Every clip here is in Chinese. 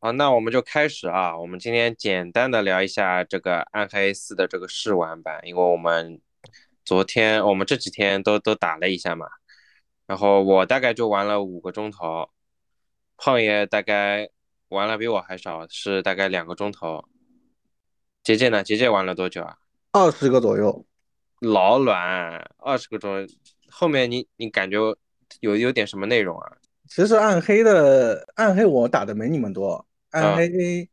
好，那我们就开始啊。我们今天简单的聊一下这个暗黑四的这个试玩版，因为我们昨天我们这几天都都打了一下嘛，然后我大概就玩了五个钟头，胖爷大概玩了比我还少，是大概两个钟头。杰杰呢？杰杰玩了多久啊？二十个左右。老卵，二十个钟，后面你你感觉有有点什么内容啊？其实暗黑的暗黑我打的没你们多，啊暗黑、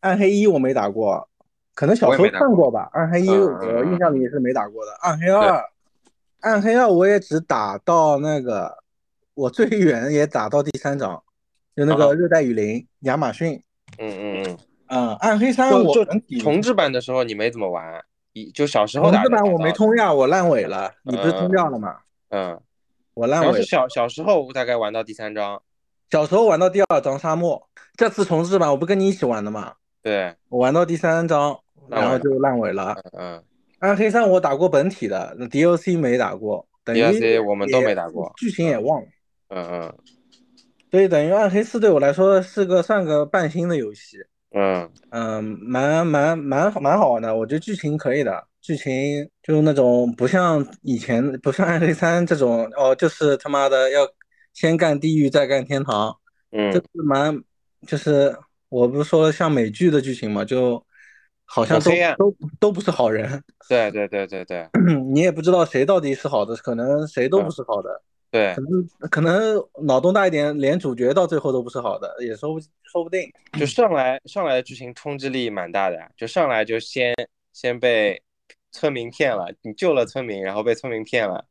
暗黑一我没打过，可能小时我候也没打看过吧。暗黑一嗯我印象里是没打过的。暗黑二，暗黑二我也只打到那个，我最远也打到第三章，就那啊个热带雨林、亚马逊。嗯嗯嗯。嗯，暗黑三就我就能体重置版的时候你没怎么玩，一就小时候重打置版的我打到没的通呀，我烂尾了。你不是通掉了吗？嗯，我烂然后尾是小了。小时候我大概玩到第三章，小时候玩到第二章沙漠，这次重置版我不跟你一起玩的嘛，对，我玩到第三章，烂尾了然后就烂尾了。嗯暗黑三我打过本体的那，DLC 没打过，等于 DLC 我们都没打过也剧情也忘了，嗯嗯所以等于暗黑四对我来说是个算个半新的游戏，嗯嗯，蛮蛮蛮蛮好玩的，我觉得剧情可以的，剧情就是那种不像以前，不像暗黑三这种哦，就是他妈的要先干地狱再干天堂，这嗯，是蛮就是我不是说像美剧的剧情嘛，就好像很都黑暗都都不是好人。对对对对对你也不知道谁到底是好的，可能谁都不是好的，对可，嗯能可能脑洞大一点，连主角到最后都不是好的，也说不说不定。就上来上来的剧情冲击力蛮大的，啊就上来就先先被村民骗了，你救了村民，然后被村民骗了，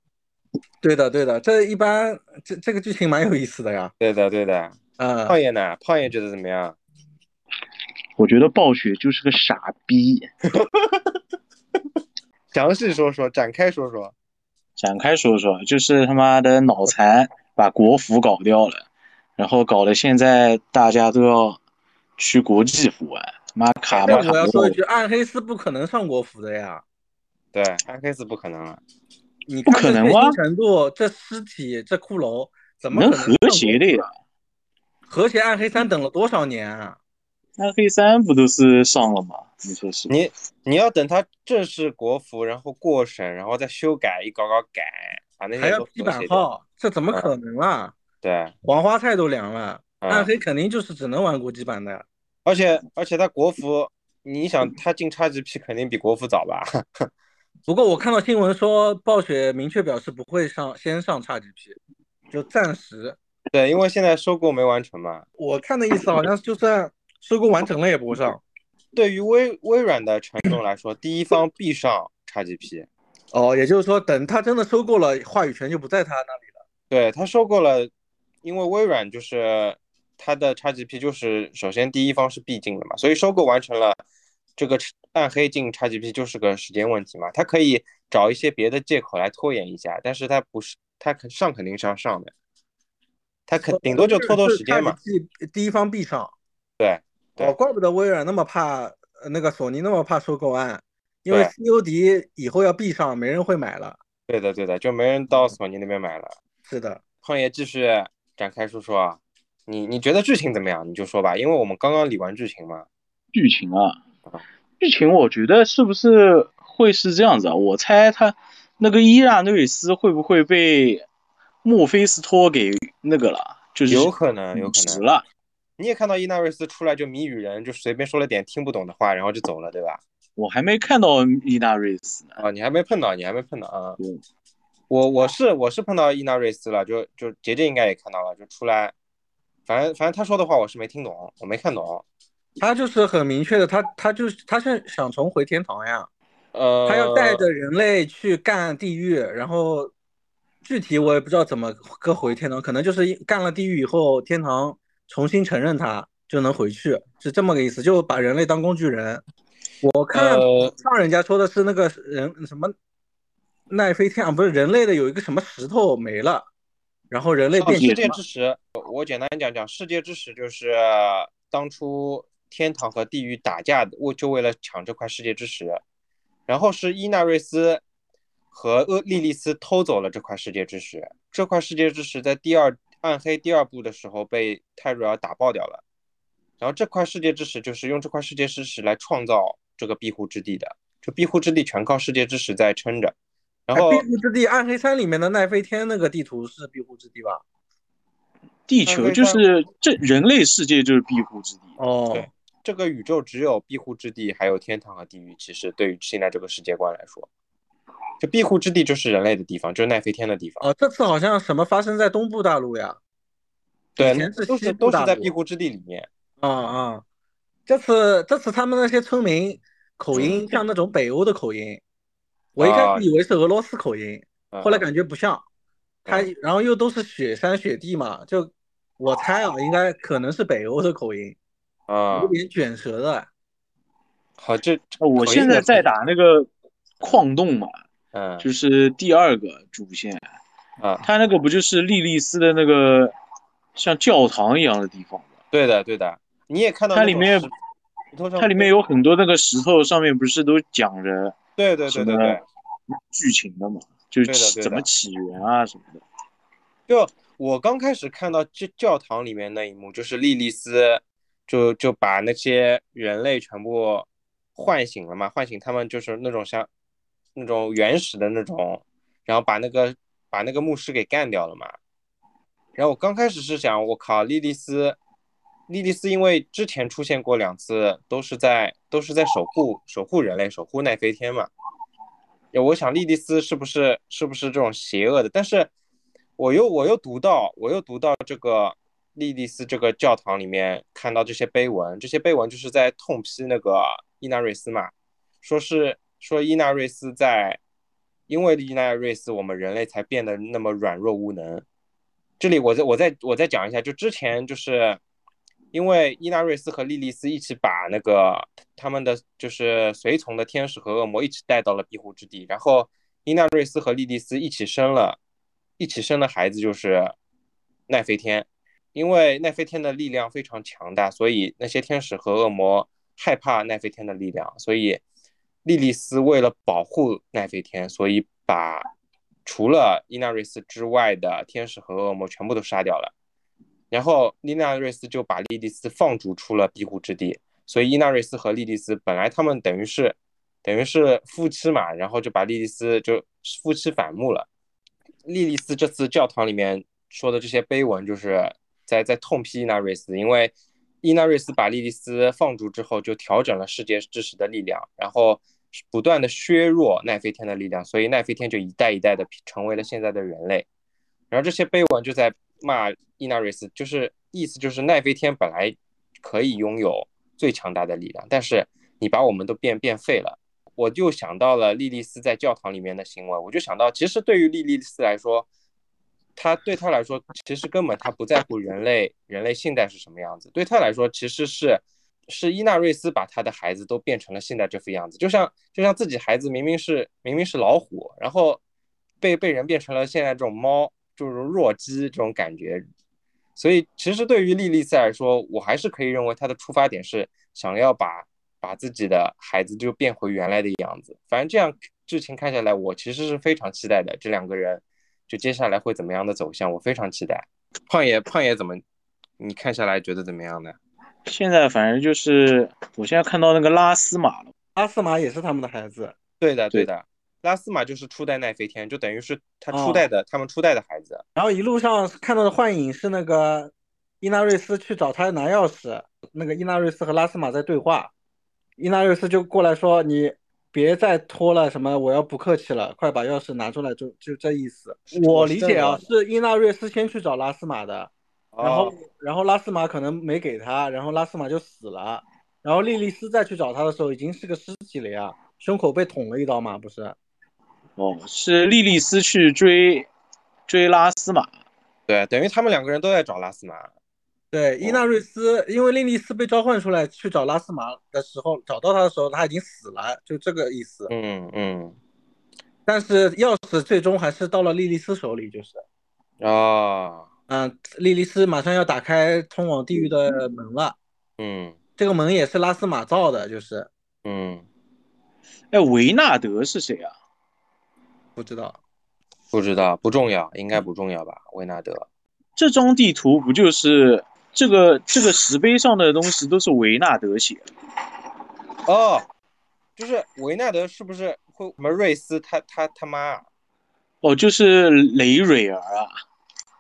对的，对的，这一般这这个剧情蛮有意思的呀。对的对的。嗯，哦胖爷呢？胖爷觉得怎么样？我觉得暴雪就是个傻逼。详细说说，展开说说。展开说说，就是他妈的脑残把国服搞掉了，然后搞得现在大家都要去国际服玩，妈卡但玛卡哎我要不说过一句，暗黑四不可能上国服的呀。对，暗黑四不可能了。你看不可这能血啊腥程度，这尸体，这骷髅，怎么可能上国啊服和谐的呀？和谐暗黑三等了多少年啊？暗黑三不都是上了吗？你说是？你你要等它正式国服，然后过审，然后再修改，一搞搞改，把嗯那还些要都批妥协版掉。号，这怎么可能啊？对，黄花菜都凉了，暗嗯，黑肯定就是只能玩国际版的。而且而且它国服，你想它进 XGP 肯定比国服早吧？ 不过我看到新闻说，暴雪明确表示不会上先上 XGP，就暂时。对，因为现在收购没完成嘛。我看的意思好像就算收购完成了也不会上。对于微微软的承诺来说，第一方必上 XGP。哦，也就是说，等他真的收购了，话语权就不在他那里了。对，它收购了，因为微软就是它的 XGP 就是首先第一方是必进的嘛，所以收购完成了，这个暗黑进 XGP 就是个时间问题嘛，它可以找一些别的借口来拖延一下，但是它不是它肯上肯定是要上的，它肯顶多就拖拖时间嘛。是 XGP 第一方必上。对，对哦，怪不得微软那么怕，呃那个索尼那么怕收购案，因为对 COD 以后要必上，没人会买了。对的对的，就没人嗯到索尼那边买了。是的，胖爷继续展开说说啊，你你觉得剧情怎么样？你就说吧，因为我们刚刚理完剧情嘛。剧情啊啊，剧情我觉得是不是会是这样子啊？我猜他那个伊拉诺里斯会不会被墨菲斯托给那个了？就是有可能，嗯有可腐能蚀。了。你也看到伊纳瑞斯出来就谜语人，就随便说了点听不懂的话，然后就走了，对吧？我还没看到伊纳瑞斯呢。啊，你还没碰到，你还没碰到啊嗯。我我是我是碰到伊纳瑞斯了，就就杰杰应该也看到了，就出来，反正反正他说的话我是没听懂，我没看懂。他就是很明确的，他他就是他是想重回天堂呀，呃，他要带着人类去干地狱，然后具体我也不知道怎么个回天堂，可能就是干了地狱以后，天堂重新承认他就能回去，是这么个意思，就把人类当工具人。我看呃上人家说的是那个人什么奈飞天啊，不是人类的有一个什么石头没了，然后人类哦变世成界之石，我简单讲讲，世界之石就是当初天堂和地狱打架的，为就为了抢这块世界之石，然后是伊纳瑞斯和厄莉莉丝偷走了这块世界之石，这块世界之石在第二暗黑第二部的时候被泰瑞尔打爆掉了，然后这块世界之石就是用这块世界之石来创造这个庇护之地的，这庇护之地全靠世界之石在撑着。然后哎庇护之地，暗黑三里面的奈飞天那个地图是庇护之地吧？地嗯球就是这人类世界就是庇护之地。哦，对这个宇宙只有庇护之地，还有天堂和地狱。其实对于现在这个世界观来说，这庇护之地就是人类的地方，就是奈飞天的地方。哦，这次好像什么发生在东部大陆呀？对以前是，都西是部都大是在陆庇护之地里面。啊啊！这次这次他们那些村民口音像那种北欧的口音，我一开嗯啊始以为是俄罗斯口音，嗯后来感觉不像。他然后又都是雪山雪地嘛，就我猜啊，应该可能是北欧的口音，啊有，点卷舌的。好，这这哦我口音现在的在打那个矿洞嘛，嗯就是第二个主线，啊，它那个不就是莉莉丝的那个像教堂一样的地方吗？对的对的，你也看到它那里种面石头上它里面有很多那个石头上面不是都讲着对对什对么对对，剧情的嘛，就是对的起对的怎么起源啊什么的。就我刚开始看到这教堂里面那一幕，就是莉莉丝就就把那些人类全部唤醒了嘛，唤醒他们就是那种像那种原始的那种，然后把那个把那个牧师给干掉了嘛。然后我刚开始是想，我靠，莉莉丝，莉莉丝因为之前出现过两次，都是在都是在守护守护人类，守护奈飞天嘛。我想莉莉丝是不是是不是这种邪恶的？但是我又我又读到我又读到这个莉莉丝这个教堂里面看到这些碑文，这些碑文就是在痛批那个伊纳瑞斯嘛，说是说伊纳瑞斯在，因为伊纳瑞斯我们人类才变得那么软弱无能。这里我再我再我再讲一下，就之前就是因为伊纳瑞斯和莉莉丝一起把那个他们的就是随从的天使和恶魔一起带到了庇护之地，然后伊纳瑞斯和莉莉丝一起生了，一起生的孩子就是奈飞天。因为奈飞天的力量非常强大，所以那些天使和恶魔害怕奈飞天的力量，所以莉莉丝为了保护奈飞天，所以把除了伊纳瑞斯之外的天使和恶魔全部都杀掉了。然后伊纳瑞斯就把莉莉丝放逐出了庇护之地，所以伊纳瑞斯和莉莉丝本来他们等于是等于是夫妻嘛，然后就把莉莉丝就夫妻反目了。莉莉丝这次教堂里面说的这些碑文，就是在在痛批伊纳瑞斯，因为伊纳瑞斯把莉莉丝放逐之后，就调整了世界之石的力量，然后不断的削弱奈飞天的力量，所以奈飞天就一代一代的成为了现在的人类。然后这些碑文就在骂伊纳瑞斯，就是意思就是奈飞天本来可以拥有最强大的力量，但是你把我们都变变废了。我就想到了莉莉丝在教堂里面的行为，我就想到，其实对于莉莉丝来说，她对她来说，其实根本她不在乎人类人类现代是什么样子，对她来说，其实是是伊纳瑞斯把她的孩子都变成了现在这副样子，就像就像自己孩子明明是明明是老虎，然后被被人变成了现在这种猫，就是弱鸡这种感觉。所以其实对于莉莉丝来说，我还是可以认为她的出发点是想要把把自己的孩子就变回原来的样子。反正这样剧情看下来，我其实是非常期待的。这两个人就接下来会怎么样的走向，我非常期待。胖爷，胖爷怎么？你看下来觉得怎么样呢？现在反正就是我现在看到那个拉斯玛了，阿斯玛也是他们的孩子。对的，对对的，拉斯玛就是初代奈飞天，就等于是他哦初代的、他们初代的孩子。然后一路上看到的幻影是那个伊纳瑞斯去找他拿钥匙，那个伊纳瑞斯和拉斯玛在对话，伊纳瑞斯就过来说：“你别再拖了，什么我要不客气了，快把钥匙拿出来就，就这意思。”我理解啊，是伊纳瑞斯先去找拉斯玛的，然后哦然后拉斯玛可能没给他，然后拉斯玛就死了，然后莉莉丝再去找他的时候已经是个尸体了呀，胸口被捅了一刀嘛，不是？哦，是莉莉丝去追追拉斯玛，对，等于他们两个人都在找拉斯玛。对，伊哦纳瑞斯，因为莉莉丝被召唤出来去找拉斯玛的时候，找到他的时候他已经死了，就这个意思。嗯嗯，但是钥匙最终还是到了莉莉丝手里，就是，哦，嗯，莉莉丝马上要打开通往地狱的门了，嗯这个门也是拉斯玛造的，就是嗯，哎，维纳德是谁啊？不知道。嗯不知道，不重要，应该不重要吧？维纳德。这张地图不就是这个这个石碑上的东西都是维纳德写的，哦，就是维纳德是不是会我们瑞斯他他他妈啊？哦，就是雷蕊儿啊，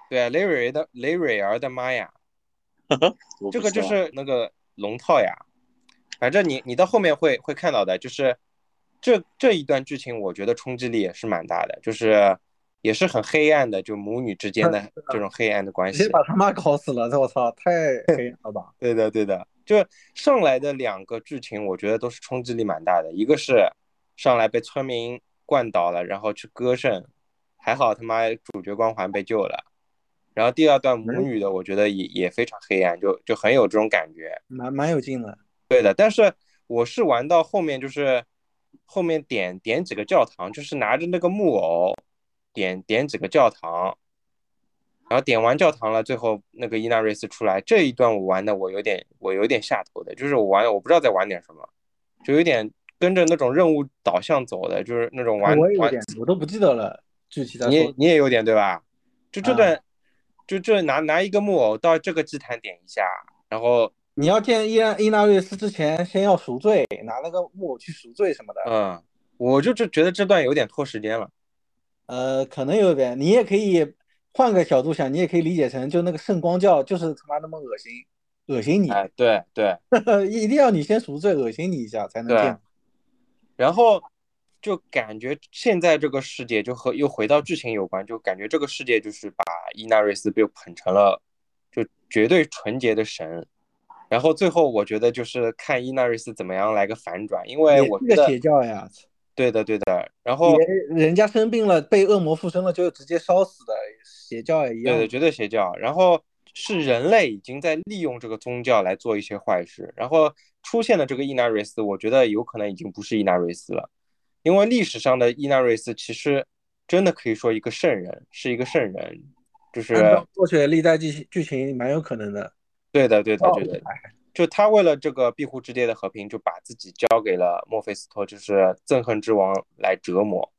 对啊，雷蕊的雷蕊儿的妈呀，我不这个就知道是那个龙套呀。反正你你到后面会会看到的，就是这这一段剧情，我觉得冲击力也是蛮大的，就是也是很黑暗的，就母女之间嗯的这种黑暗的关直系接。把他妈搞死了，我操， 太黑暗了吧！对的，对的，就上来的两个剧情，我觉得都是冲击力蛮大的。一个是上来被村民灌倒了，然后去割肾，还好他妈主角光环被救了。然后第二段母女的，我觉得也也非常黑暗，就就很有这种感觉。蛮蛮有劲的，对的，但是我是玩到后面，就是后面点点几个教堂，就是拿着那个木偶点点几个教堂，然后点完教堂了，最后那个伊纳瑞斯出来这一段，我玩的我有点我有点下头的，就是我玩我不知道在玩点什么，就有点跟着那种任务导向走的，就是那种玩我也有玩点，我都不记得了具体在你也说。你也有点对吧？就这啊段，就这拿拿一个木偶到这个祭坛点一下，然后你要见伊安伊纳瑞斯之前，先要赎罪，拿那个木偶去赎罪什么的。嗯，我就就觉得这段有点拖时间了。呃，可能有点，你也可以换个角度想，你也可以理解成，就那个圣光教就是他妈那么恶心，恶心你，哎，对对， 一定要你先赎罪，恶心你一下才能对见。然后就感觉现在这个世界就和又回到剧情有关，就感觉这个世界就是把伊纳瑞斯被捧成了就绝对纯洁的神。然后最后我觉得就是看伊纳瑞斯怎么样来个反转，因为也我是觉个得邪教呀，对的对的。然后也人家生病了，被恶魔附身了，就直接烧死的邪教也一对样的，。绝对邪教。然后是人类已经在利用这个宗教来做一些坏事。然后出现了这个伊纳瑞斯，我觉得有可能已经不是伊纳瑞斯了，因为历史上的伊纳瑞斯其实真的可以说一个圣人，是一个圣人，就是按照过去的历代剧剧情，蛮有可能的。对的，对的，哦对的。就他为了这个庇护之地的和平，就把自己交给了墨菲斯托，就是憎恨之王来折磨。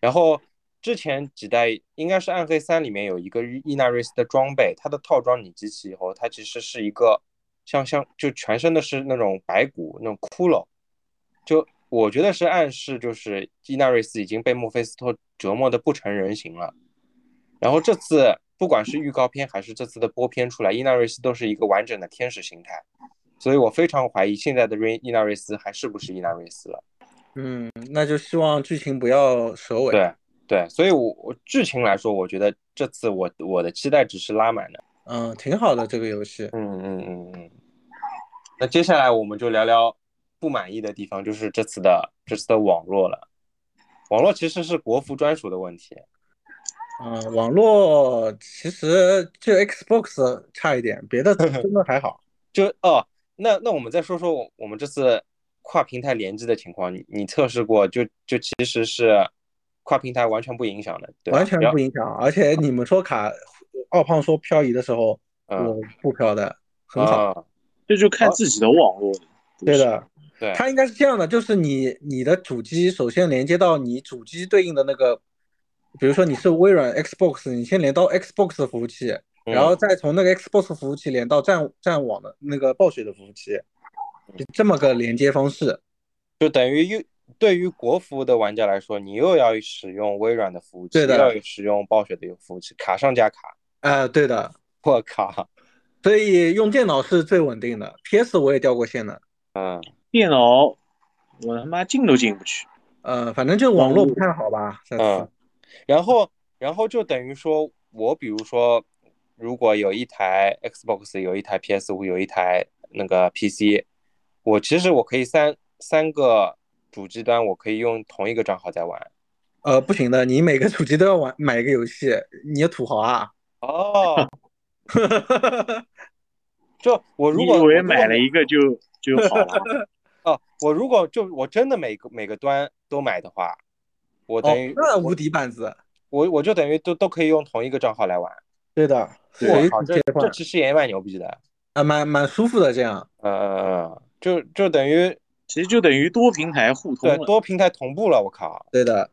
然后之前几代应该是《暗黑三》里面有一个伊纳瑞斯的装备，他的套装你集齐以后，它其实是一个像像就全身的是那种白骨那种骷髅，就我觉得是暗示就是伊纳瑞斯已经被墨菲斯托折磨的不成人形了。然后这次不管是预告片还是这次的播片出来，伊纳瑞斯都是一个完整的天使形态，所以我非常怀疑现在的瑞伊纳瑞斯还是不是伊纳瑞斯了。嗯，那就希望剧情不要收尾。对对，所以我我剧情来说，我觉得这次我我的期待值是拉满的。嗯，挺好的这个游戏。嗯嗯嗯嗯。那接下来我们就聊聊不满意的地方，就是这次的这次的网络了。网络其实是国服专属的问题，嗯，网络其实就 Xbox 差一点，别 的真的还好。就哦，那那我们再说说我我们这次跨平台联机的情况，你你测试过就就其实是跨平台完全不影响的，对吧完全不影响。而且你们说卡，奥胖说漂移的时候，嗯我不漂的，不要很好。啊这就看自己的网络了。都对是，的，对，它应该是这样的，就是你你的主机首先连接到你主机对应的那个，比如说你是微软 Xbox，你先连到 Xbox 的服务器，嗯然后再从那个 Xbox 服务器连到战战网的那个暴雪的服务器，嗯就这么个连接方式。就等于又对于国服的玩家来说，你又要使用微软的服务器，对又的要使用暴雪的服务器，卡上加卡，啊、对的，我靠，所以用电脑是最稳定的。PS 我也掉过线的，嗯，电脑我他妈进都进不去。呃，反正就网络不太好吧，这次嗯。然后，然后就等于说，我比如说，如果有一台 Xbox，有一台 PS 5有一台那个 PC，我其实我可以三三个主机端，我可以用同一个账号在玩。呃，不行的，你每个主机都要玩买一个游戏，你也土豪啊！哦，就我如你果以为我如果买了一个就就好了？哦，我如果就我真的每个每个端都买的话，我哦等于，那无敌板子，我我就等于都都可以用同一个账号来玩。对的，我随靠，时这切换这其实也蛮牛逼的。啊，蛮蛮舒服的这样。嗯嗯嗯，就就等于 其实就等于多平台互通对了。多平台同步了。我靠。对的，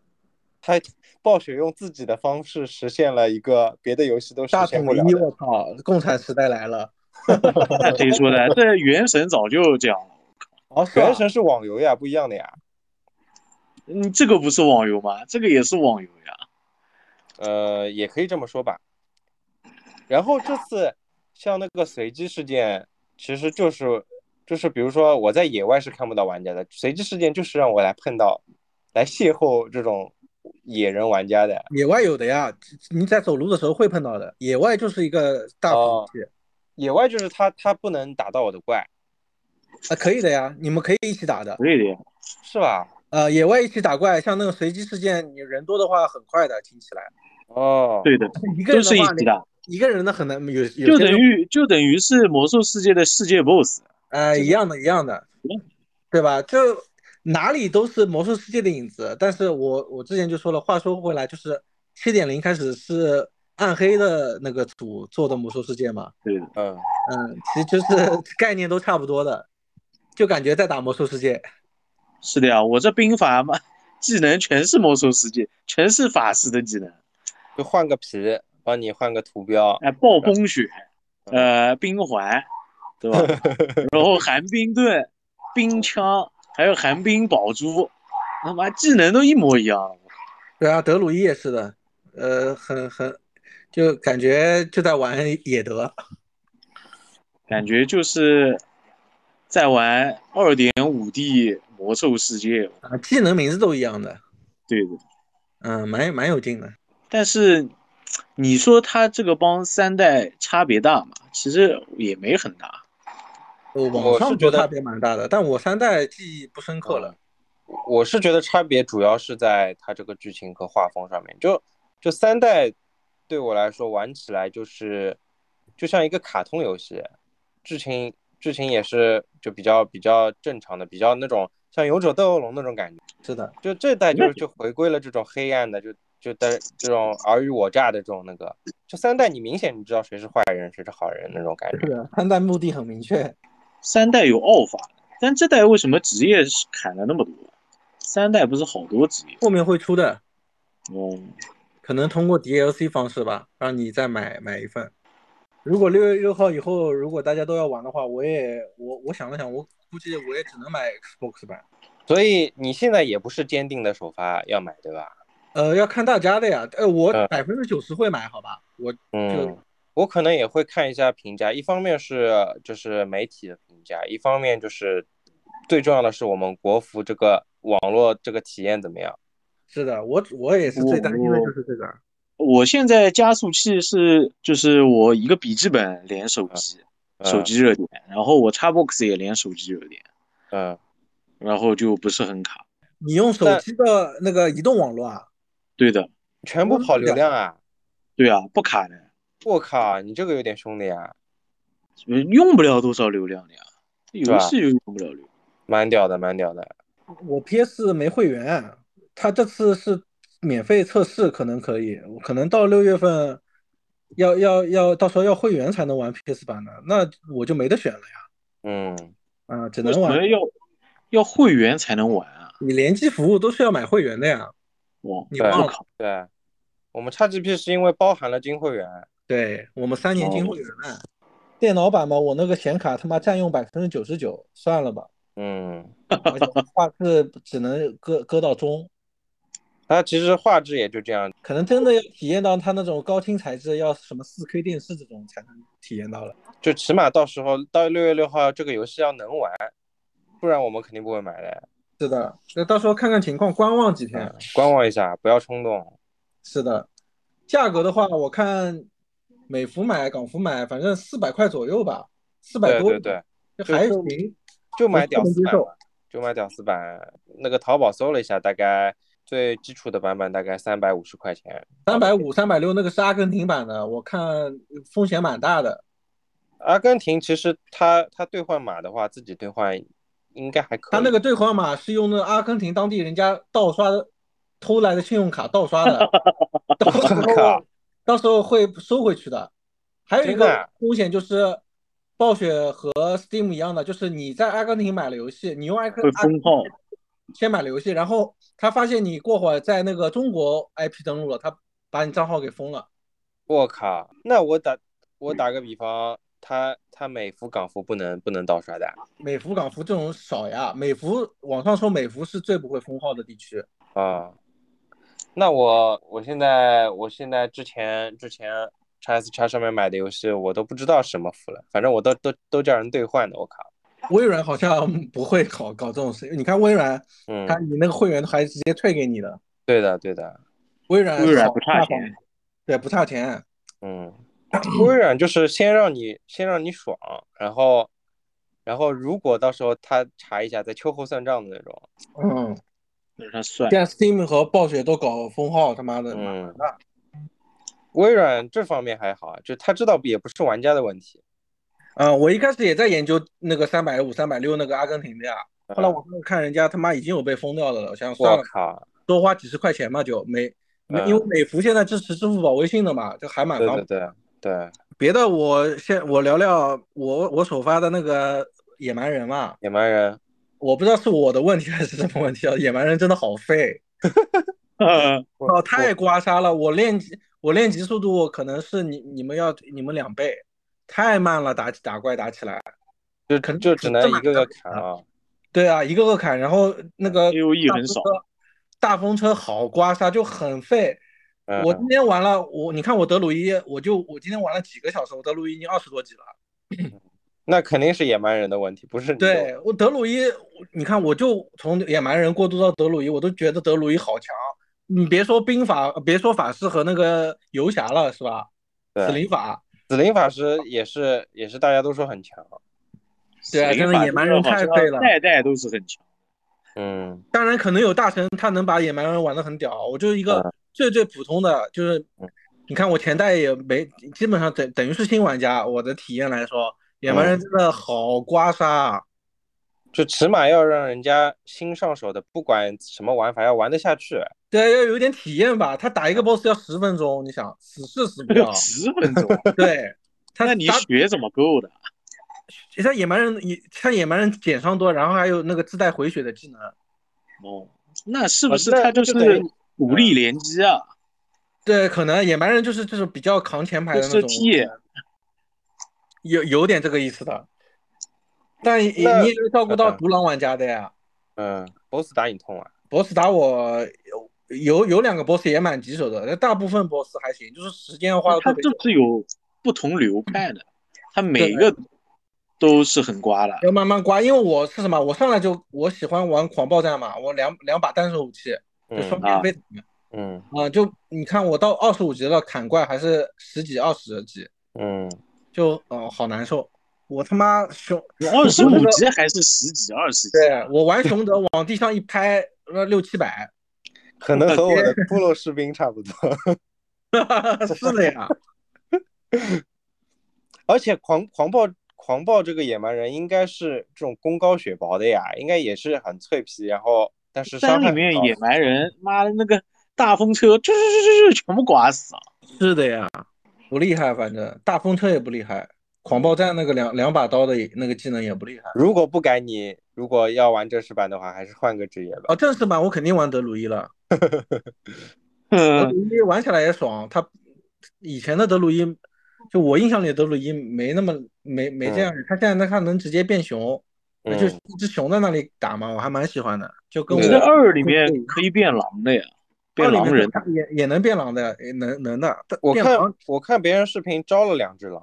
他暴雪用自己的方式实现了一个别的游戏都实大现统不了一，我的。操，共产时代来了。那谁说的？这原神早就这样了。哦，是原神是啊网游呀，不一样的呀。你嗯这个不是网游吗？这个也是网游呀。呃，也可以这么说吧。然后这次像那个随机事件，其实就是就是，比如说我在野外是看不到玩家的，随机事件就是让我来碰到，来邂逅这种野人玩家的。野外有的呀，你在走路的时候会碰到的。野外就是一个大哦服务器野外就是他他不能打到我的怪，啊，可以的呀，你们可以一起打的。可以的呀。是吧？呃，野外一起打怪，像那个随机事件，你人多的话很快的，听起来哦，对的，一个都人是的一话，起的，你一个人的很难，有有些就等人于就等于是魔兽世界的世界 BOSS。呃这个一样的，一样的一嗯样，对吧？就哪里都是魔兽世界的影子。但是我我之前就说了，话说回来，就是七点零开始是暗黑的那个组做的魔兽世界嘛，对的，嗯，嗯，其实就是 概念都差不多的，就感觉在打魔兽世界。是的呀。我这兵法嘛，技能全是魔兽世界，全是法师的技能。就换个皮，帮你换个图标。哎，暴风雪，呃，冰环，对吧？ 然后寒冰盾、冰枪，还有寒冰宝珠，他妈技能都一模一样。对啊，德鲁伊也是的，呃，很很，就感觉就在玩野德。感觉就是在玩二点五 D 魔兽世界，啊，技能名字都一样的，对的。嗯，蛮蛮有劲的。但是你说它这个帮三代差别大嘛？其实也没很大。我我呃网是上觉得差别蛮大的，但我三代记忆不深刻了。我是觉得差别主要是在它这个剧情和画风上面。就就三代对我来说玩起来就是就像一个卡通游戏，剧情剧情也是就比较比较正常的，比较那种像勇者斗恶龙那种感觉。是的，就这代就那是就回归了这种黑暗的，就就带这种尔虞我诈的这种那个。就三代你明显你知道谁是坏人，谁是好人那种感是觉。的，三代目的很明确。三代有奥法，但这代为什么职业是砍了那么多？三代不是好多职业？后面会出的，哦、嗯可能通过 DLC 方式吧，让你再买买一份。如果六月六号以后，如果大家都要玩的话，我也我我想了想，我估计我也只能买 Xbox 版。所以你现在也不是坚定的首发要买，对吧？呃，要看大家的呀。呃，我嗯百分之九十会买，好吧？我嗯，我可能也会看一下评价，一方面是就是媒体的评价，一方面就是最重要的是我们国服这个网络这个体验怎么样。是的，我我也是最担心的就是这个。我现在加速器是就是我一个笔记本连手机，嗯手机热点，然后我 Xbox 也连手机热点，嗯，然后就不是很卡。你用手机的那个移动网络啊？对的，全部跑流量啊！对啊，不卡的，我靠，你这个有点凶的呀，呃用不了多少流量的呀，这游戏又用不了流量。蛮屌的，蛮屌的。我 PS 没会员，它这次是免费测试，可能可以，我可能到六月份要要要，到时候要会员才能玩 PS 版的，那我就没得选了呀，嗯，啊、只为什能玩么。要要会员才能玩啊？你联机服务都是要买会员的呀，哇，你对忘我了？靠，对，我们 XGP 是因为包含了金会员，对我们三年金哦会员呢。电脑版嘛，我那个显卡他妈占用百分之九十九，算了吧，嗯，而且画质只能搁搁到中，它其实画质也就这样。可能真的要体验到它那种高清材质，要什么四 K 电视这种才能体验到了。就起码到时候到六月六号这个游戏要能玩，不然我们肯定不会买的。是的，那到时候看看情况，观望几天。嗯，观望一下，不要冲动。是的，价格的话，我看美服买、港服买，反正四百块左右吧，四百对多，对对，对还就行，就买屌丝能接版受吧，就买屌丝版。那个淘宝搜了一下，大概最基础的版本大概三百五十块钱。三百五、三百六那个是阿根廷版的，我看风险蛮大的。阿根廷其实它它兑换码的话，自己兑换应该还可以。他那个兑换码是用那阿根廷当地人家盗刷的、偷来的信用卡盗 刷的，到时候到时候会收回去的。还有一真的啊个风险就是，暴雪和 Steam 一样的，就是你在阿根廷买了游戏，你用阿根会封号。先买了游戏，然后他发现你过会儿在那个中国 IP 登录了，他把你账号给封了。嗯我靠，那我打我打个比方，他他美服港服不能不能盗刷的美服、港服这种少呀。美服网上说美服是最不会封号的地区，啊。那我我现在我现在之前之前 x S x 上面买的游戏我都不知道什么服了，反正我都都都叫人兑换的，我靠，微软好像不会搞搞这种事。你看微软，嗯，它你那个会员还直接退给你的。对的对的，微软微软好不差钱大方，对，不差钱。嗯，微软就是先让你先让你爽，然后，然后如果到时候他查一下，再秋后算账的那种。嗯，让他算现。在 Steam 和暴雪都搞封号，他妈的，嗯那，微软这方面还好啊，就他知道也不是玩家的问题。啊，我一开始也在研究那个三百五、三百六那个阿根廷的呀，嗯后来我看人家他妈已经有被封掉的了，我想算我了，靠，多花几十块钱嘛，就没没，嗯因为美服现在支持支付宝、微信的嘛，就还蛮对方对便。对对，别的我先我聊聊我我首发的那个野蛮人嘛，野蛮人，我不知道是我的问题还是什么问题啊，野蛮人真的好废。我哦，太刮痧了！我练级，我练级速度可能是你你们要你们两倍，太慢了，打打怪打起来。就肯定就是只能这一么个个干砍啊。对啊，一个个砍，然后那哎个 AOE 大很风少车，大风车好刮痧就很废。嗯我今天玩了，我你看我德鲁伊，我就我今天玩了几个小时，我德鲁伊已经二十多级了。那肯定是野蛮人的问题，不是你的问题。对我德鲁伊，我你看我就从野蛮人过渡到德鲁伊，我都觉得德鲁伊好强。你别说兵法，别说法师和那个游侠了，是吧？对死灵法。紫灵法师也是也是大家都说很强。 对啊谁真的把野蛮人这个好太像废了代代都是很强。嗯当然，可能有大神他能把野蛮人玩得很屌，我就是一个嗯最最普通的，就是你看我前代也没，基本上等等于是新玩家，我的体验来说，野蛮人真的好刮痧啊！就起码要让人家新上手的，不管什么玩法，要玩得下去。对啊，要有点体验吧。他打一个 boss 要十分钟，你想死是死不 了。十分钟，对，啊他那你打血怎么够的？他野蛮人，他野蛮人减伤多，然后还有那个自带回血的技能。哦，那是不是那他就那就等是于武力连击啊？对，可能野蛮人就是这种比较扛前排的那就种是 T，有有点这个意思的。但你你那也要照顾到嗯独狼玩家的呀。嗯，BOSS 打你痛啊。 boss 打我有有有两个 boss 也蛮棘手的，但大部分 boss 还行，就是时间花的他特别就久。是有不同流派的，他每个都是很刮的。要慢慢刮，因为我是什么？我上来就我喜欢玩狂暴战嘛，我两两把单手武器，就双嗯面飞嗯啊、就你看我到二十五级了，砍怪还是十几二十级，嗯，就哦、呃好难受。我他妈熊，二十五级还是十几二十级？对我玩熊德往地上一拍，呃六七百， 可能和我的骷髅士兵差不多。是的 呀。而且狂狂暴狂暴这个野蛮人应该是这种功高血薄的呀，应该也是很脆皮，然后但是伤害山里很面高野蛮人，妈的那个大风车，啾啾啾啾啾，全部刮死啊！是的呀，不厉害，反正大风车也不厉害，狂暴战那个两两把刀的也那个技能也不厉害。如果不改你，如果要玩正式版的话，还是换个职业吧。哦，正式版我肯定玩德鲁伊了，德嗯，鲁伊玩起来也爽。他以前的德鲁伊，就我印象里的德鲁伊没那么没没这嗯样，他现在那他能直接变熊，嗯呃就一只熊在那里打嘛，我还蛮喜欢的。就跟我我觉得二里面可以变狼的呀，二变里狼面人。也也能变狼的，也能能的。但我变看狼我看别人视频招了两只狼，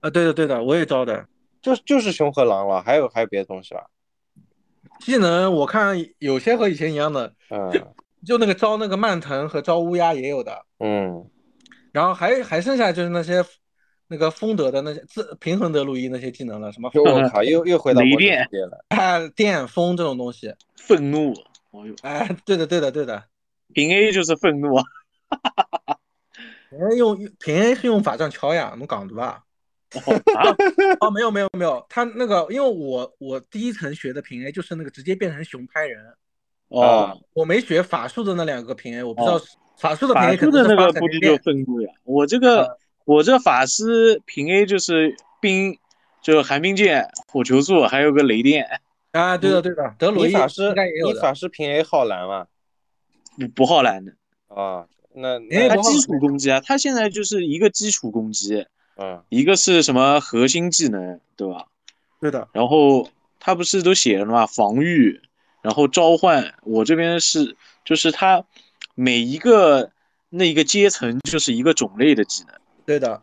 啊，对的对的，我也招的。就就是熊和狼了，还有还有别的东西吧？技能我看有些和以前一样的，嗯就那个招那个蔓藤和招乌鸦也有的， 嗯然后还还剩下就是那些那个风德的那些自平衡德鲁伊那些技能了，什么就我靠，又又回到雷魔兽电世界 了。哎电风这种东西，愤怒，哦呦，哎，对的对的对的，平 A 就是愤怒啊！平 A 用平 A 是用法杖敲呀，侬讲对吧？啊， 哦，没有没有没有，他那个因为我我第一层学的平 A 就是那个直接变成熊拍人，哦，我没学法术的那两个平 A，我不知道、哦法术的嗯平法 A 可师能的是那发个闪估电计就愤怒呀。我这个我这法师平 A 就是冰，就寒冰剑、火球术，还有个雷电，啊，对的对的，德鲁你伊法师应该也有你的，法师平 A 浩蓝嘛？不不浩然的。啊，那哎那他不浩基础攻击啊，他现在就是一个基础攻击，嗯，一个是什么核心技能，对吧？对的，然后他不是都写了嘛，防御，然后召唤。我这边是就是他每一个那一个阶层就是一个种类的技能，对的。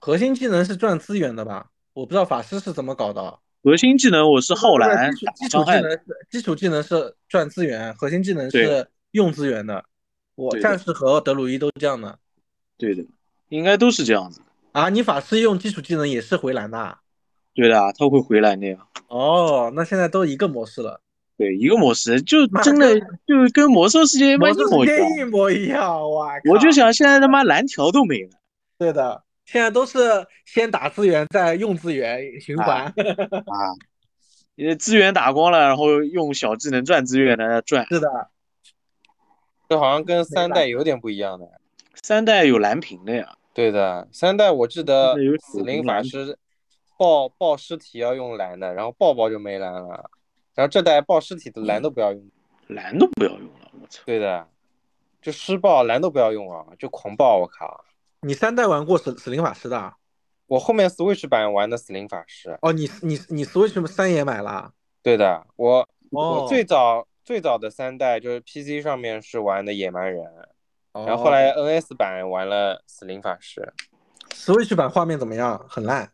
核心技能是赚资源的吧？我不知道法师是怎么搞的。啊核心技能我是浩然基础打基础伤技害能，是基础技能是赚资源，核心技能对是用资源的。我对的战士和德鲁伊都这样的对的，应该都是这样子。啊！你法师用基础技能也是回蓝的啊对的啊，他会回来那样。哦，那现在都一个模式了，对，一个模式就妈真的就跟魔兽世界他妈模一式模一样。一模一样，哇！我就靠想现在他妈蓝条都没了。对的，现在都是先打资源，再用资源循环。啊，呃，资源打光了，然后用小技能赚资源来赚。是的，这好像跟三代有点不一样的。三代有蓝屏的呀，对的，三代我记得三代有死手灵工法蓝师爆爆尸体要用蓝的，然后抱抱就没蓝了，然后这代爆尸体的蓝都不要用。蓝都不要用了，我操！对的，就施暴蓝都不要用啊，就狂暴，我靠！你三代玩过死死灵法师的啊？我后面 Switch 版玩的死灵法师，哦，你你你 Switch 三也买了？啊对的，我哦，我最早最早的三代就是 PC 上面是玩的野蛮人，哦，然后后来 NS 版玩了死灵法师， Switch 版画面怎么样？很烂。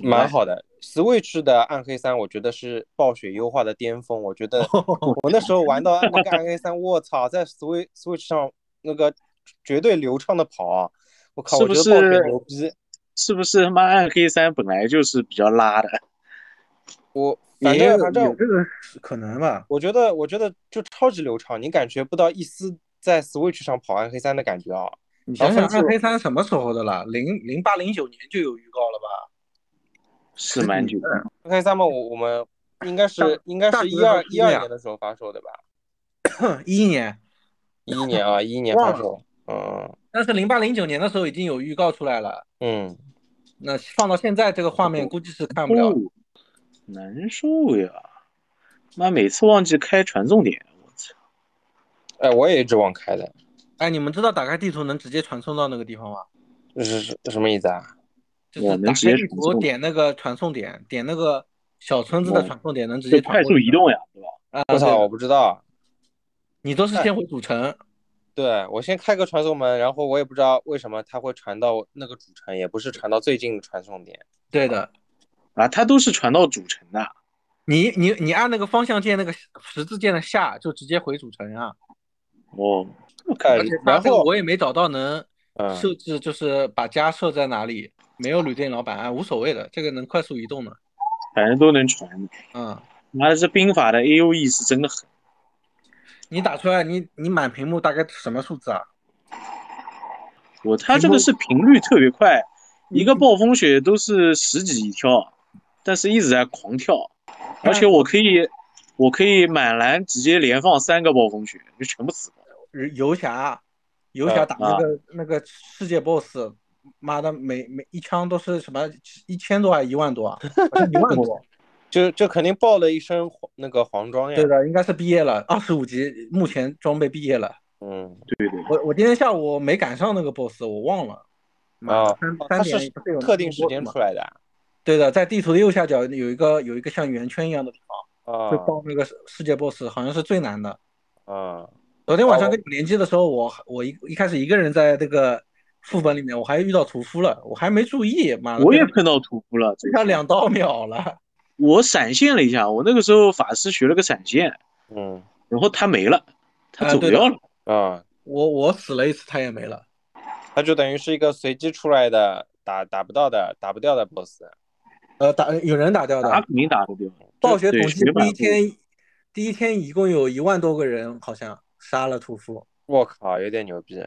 蛮嗯好的。Switch 的暗黑三，我觉得是暴雪优化的巅峰。我觉得哦我那时候玩到那个暗黑三，我操，在 Switch Switch 上那个绝对流畅的跑，啊我靠，是我不觉得暴雪是牛逼。是不是他妈暗黑三本来就是比较拉的？我反也有正反正有这个可能吧。我觉得，我觉得就超级流畅，你感觉不到一丝在 Switch 上跑暗黑三的感觉啊！你想想，然后分暗数黑三什么时候的了？零零八零九年就有预告了吧？是蛮久的，嗯暗黑三嘛，我我们应该是应该大是学一二的时一候二呀年的时候发售的吧？一一年，一一年啊，一一年忘发了售，嗯但是零八零九年的时候已经有预告出来了。嗯，那放到现在这个画面，估计是看不了的。哦难受呀！妈每次忘记开传送点，我操！哎，我也一直忘开的，哎，你们知道打开地图能直接传送到那个地方吗？这是是什么意思啊？就是我能打直接开地传图送点那个传送点，点那个小村子的哦传送点能直就接快传速过去移动呀，对吧？啊！我操，对我的，不知道。你都是先回主城，对，我先开个传送门，然后我也不知道为什么它会传到那个主城，也不是传到最近的传送点。对的。啊，它都是传到主城的，你你你按那个方向键那个十字键的下，就直接回主城啊！哦，哎而且，它然这个后我也没找到能嗯，设置，就是把家设在哪里，没有旅店老板，啊，无所谓的，这个能快速移动的。反正都能传。嗯，妈的，这兵法的 A O E 是真的狠，你打出来，你你满屏幕大概什么数字啊？我它这个是频率特别快，一个暴风雪都是十几一跳，但是一直在狂跳，而且我可以，我可以满蓝直接连放三个暴风雪，就全部死光。游侠，游侠呃打那个、那个世界 BOSS，妈的每每一枪都是什么一千多还是一万多啊？好像一万 多。就就肯定爆了一身黄那个黄装呀对。的，应该是毕业了，二十五级，目前装备毕业了。嗯，对对对，我我今天下午没赶上那个 BOSS，我忘了。妈啊的，三它三是点不是有特定时间 BOSS 吗出来的啊。对的，在地图的右下角有一个有一个像圆圈一样的地方，啊就爆那个世世界 BOSS，好像是最难的。啊昨天晚哦上跟你联机的时候，我我一一开始一个人在那个副本里面，我还遇到屠夫了，我还没注意，妈的，我也被碰到屠夫了，这他个两刀秒了。我闪现了一下，我那个时候法师学了个闪现，嗯然后他没了，他啊走对的掉了。啊，我我死了一次，他也没了。它就等于是一个随机出来的，打打不到的，打不掉的 BOSS。呃，打有人打掉打的。肯定打不掉，暴雪对统计学霸第一天，第一天一共有一万多个人，好像杀了屠夫。我靠，有点牛逼。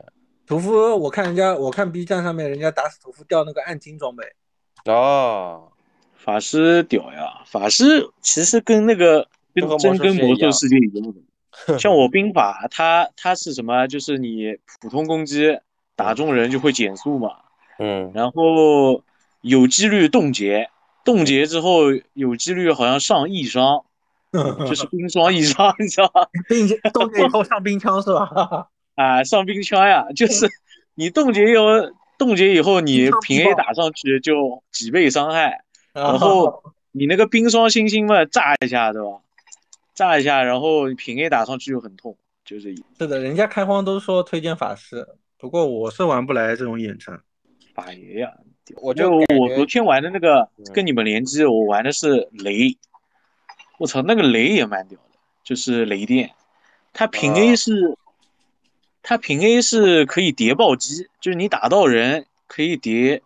屠夫，我看人家，我看 B 站上面人家打死屠夫掉那个暗金装备， 哦，法师屌呀！法师其实跟那个就和跟真魔兽世跟界魔一样兽世界一样的，像我兵法，它它是什么？就是你普通攻击打中人就会减速嘛，嗯然后有几率冻结，冻结之后有几率好像上易伤，就是冰霜易伤，你知道吧？冰冻 结以后上冰枪是吧？啊，上冰枪呀，就是你冻结以后冻结以后你平冰 A 霜打上去就几倍伤害， 然然哦后你那个冰霜星星嘛炸一下对吧？炸一下，然后平 A 打上去就很痛，就这意思。是的，人家开荒都说推荐法师，不过我是玩不来这种远程。法爷呀，我就就我感昨觉天玩的那个嗯跟你们联机，我玩的是雷，我操，那个雷也蛮屌的，就是雷电，它平 A 啊是，它平 A 是可以叠暴击，就是你打到人可以叠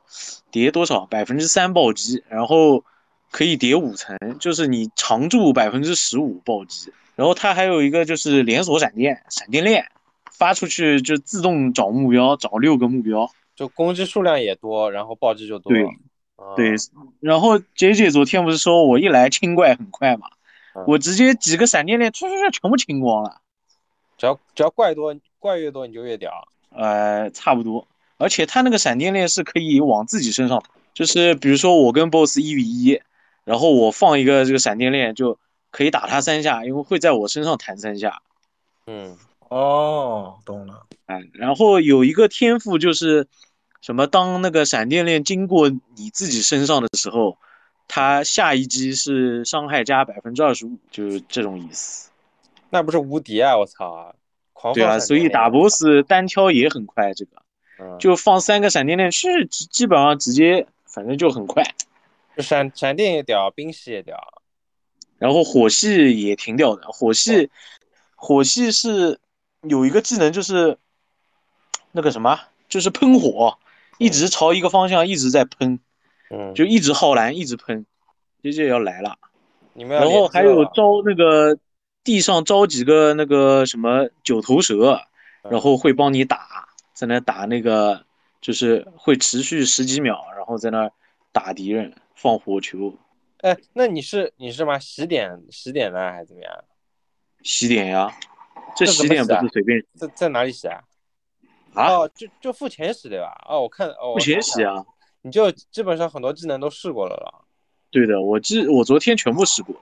叠多少百分之三暴击，然后可以叠五层，就是你常驻百分之十五暴击，然后它还有一个就是连锁闪电，闪电链发出去就自动找目标，找六个目标。就攻击数量也多，然后暴击就多。对嗯对，然后 J J 昨天不是说我一来清怪很快嘛嗯，我直接几个闪电链唰唰唰全部清光了，只要只要怪多怪越多你就越屌。呃，差不多。而且他那个闪电链是可以往自己身上打，就是比如说我跟 BOSS 一 v 一，然后我放一个这个闪电链就可以打他三下，因为会在我身上弹三下。嗯，哦，懂了。哎，然后有一个天赋就是什么，当那个闪电链经过你自己身上的时候，它下一击是伤害加百分之二十五，就是这种意思。那不是无敌啊！我操，狂对放啊，闪所以电打呀 BOSS 单挑也很快，这个嗯就放三个闪电链，是基基本上直接，反正就很快。就闪闪电也屌，冰系也屌。然后火系也挺屌的，火系，火系是有一个技能就是那个什么，就是喷火，一直朝一个方向一直在喷，嗯，就一直浩然一直喷，这就要来了。你们要然后连还射有了招那个地上招几个那个什么九头蛇，嗯然后会帮你打，在那打那个就是会持续十几秒，然后在那打敌人放火球哎，那你是你是什么洗点洗点呢，还是怎么样？洗点呀，这这怎洗么点洗不啊是随便在在哪里洗啊？啊，哦，就就付钱洗对吧？哦，我看哦，不我前想洗起来了，啊，你就基本上很多技能都试过了了，对的，我记我昨天全部试过，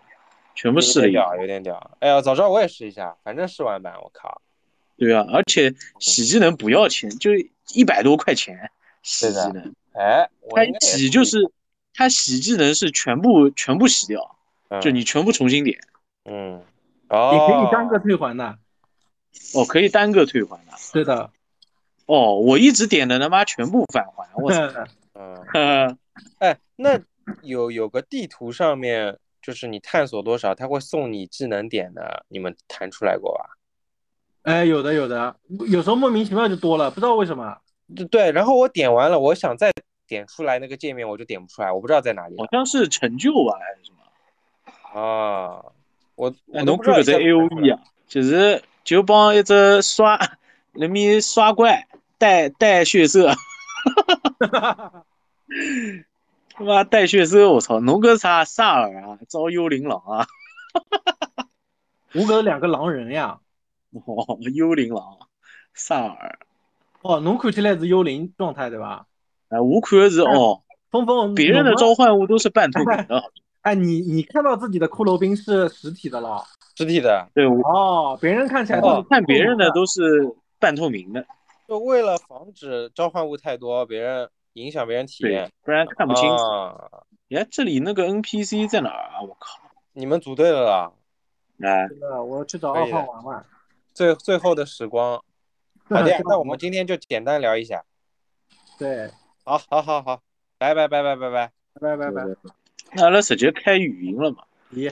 全部试了有点一屌，有遍，点屌。哎呀，早知道我也试一下，反正试完版，我靠，对啊，而且嗯洗技能不要钱，就一百多块钱洗对技的能，哎，我它应该也洗试就一是它洗技能是全部全部洗掉。下就你全部重新点嗯，嗯你哦，可以单个退还的。哦，可以单个退还的对 的。哦。我一直点的他妈全部返还，我操！ 嗯，呃哎，那有有个地图上面，就是你探索多少，它会送你技能点的，你们弹出来过吧？ 哎，有的有的，有时候莫名其妙就多了，不知道为什么。对对，然后我点完了，我想再点出来那个界面，我就点不出来，我不知道在哪里好了像是成就吧还是什么？哦啊。我哎，我都侬不知看道搿在哪只里 A O E 啊，就是就帮一只刷 人民刷怪带带血色， 他妈带血色，我操！侬搿啥萨尔啊，招幽灵狼啊， 吴哥两个狼人呀。哦，幽灵狼，萨尔，哦，侬看起来是幽灵状态对吧？哎，我看的 是哦，峰峰，别人的侬召唤物都是半透明的，哎，你你看到自己的骷髅兵是实体的了。实体的，对，我哦，别人看起来都是哦看别人的透都是半透明的。就为了防止召唤物太多，别人影响别人体验对，不然看不清楚。啊。哎、这里那个 NPC 在哪儿啊？我靠！你们组队了啊啦，哎，明的，我去找可二以的号玩玩。最最后的时光。好的呀，那我们今天就简单聊一下。对，好，好，好，好，拜拜，拜拜，拜拜。拜拜拜拜。那阿拉直接开语音了嘛？咦，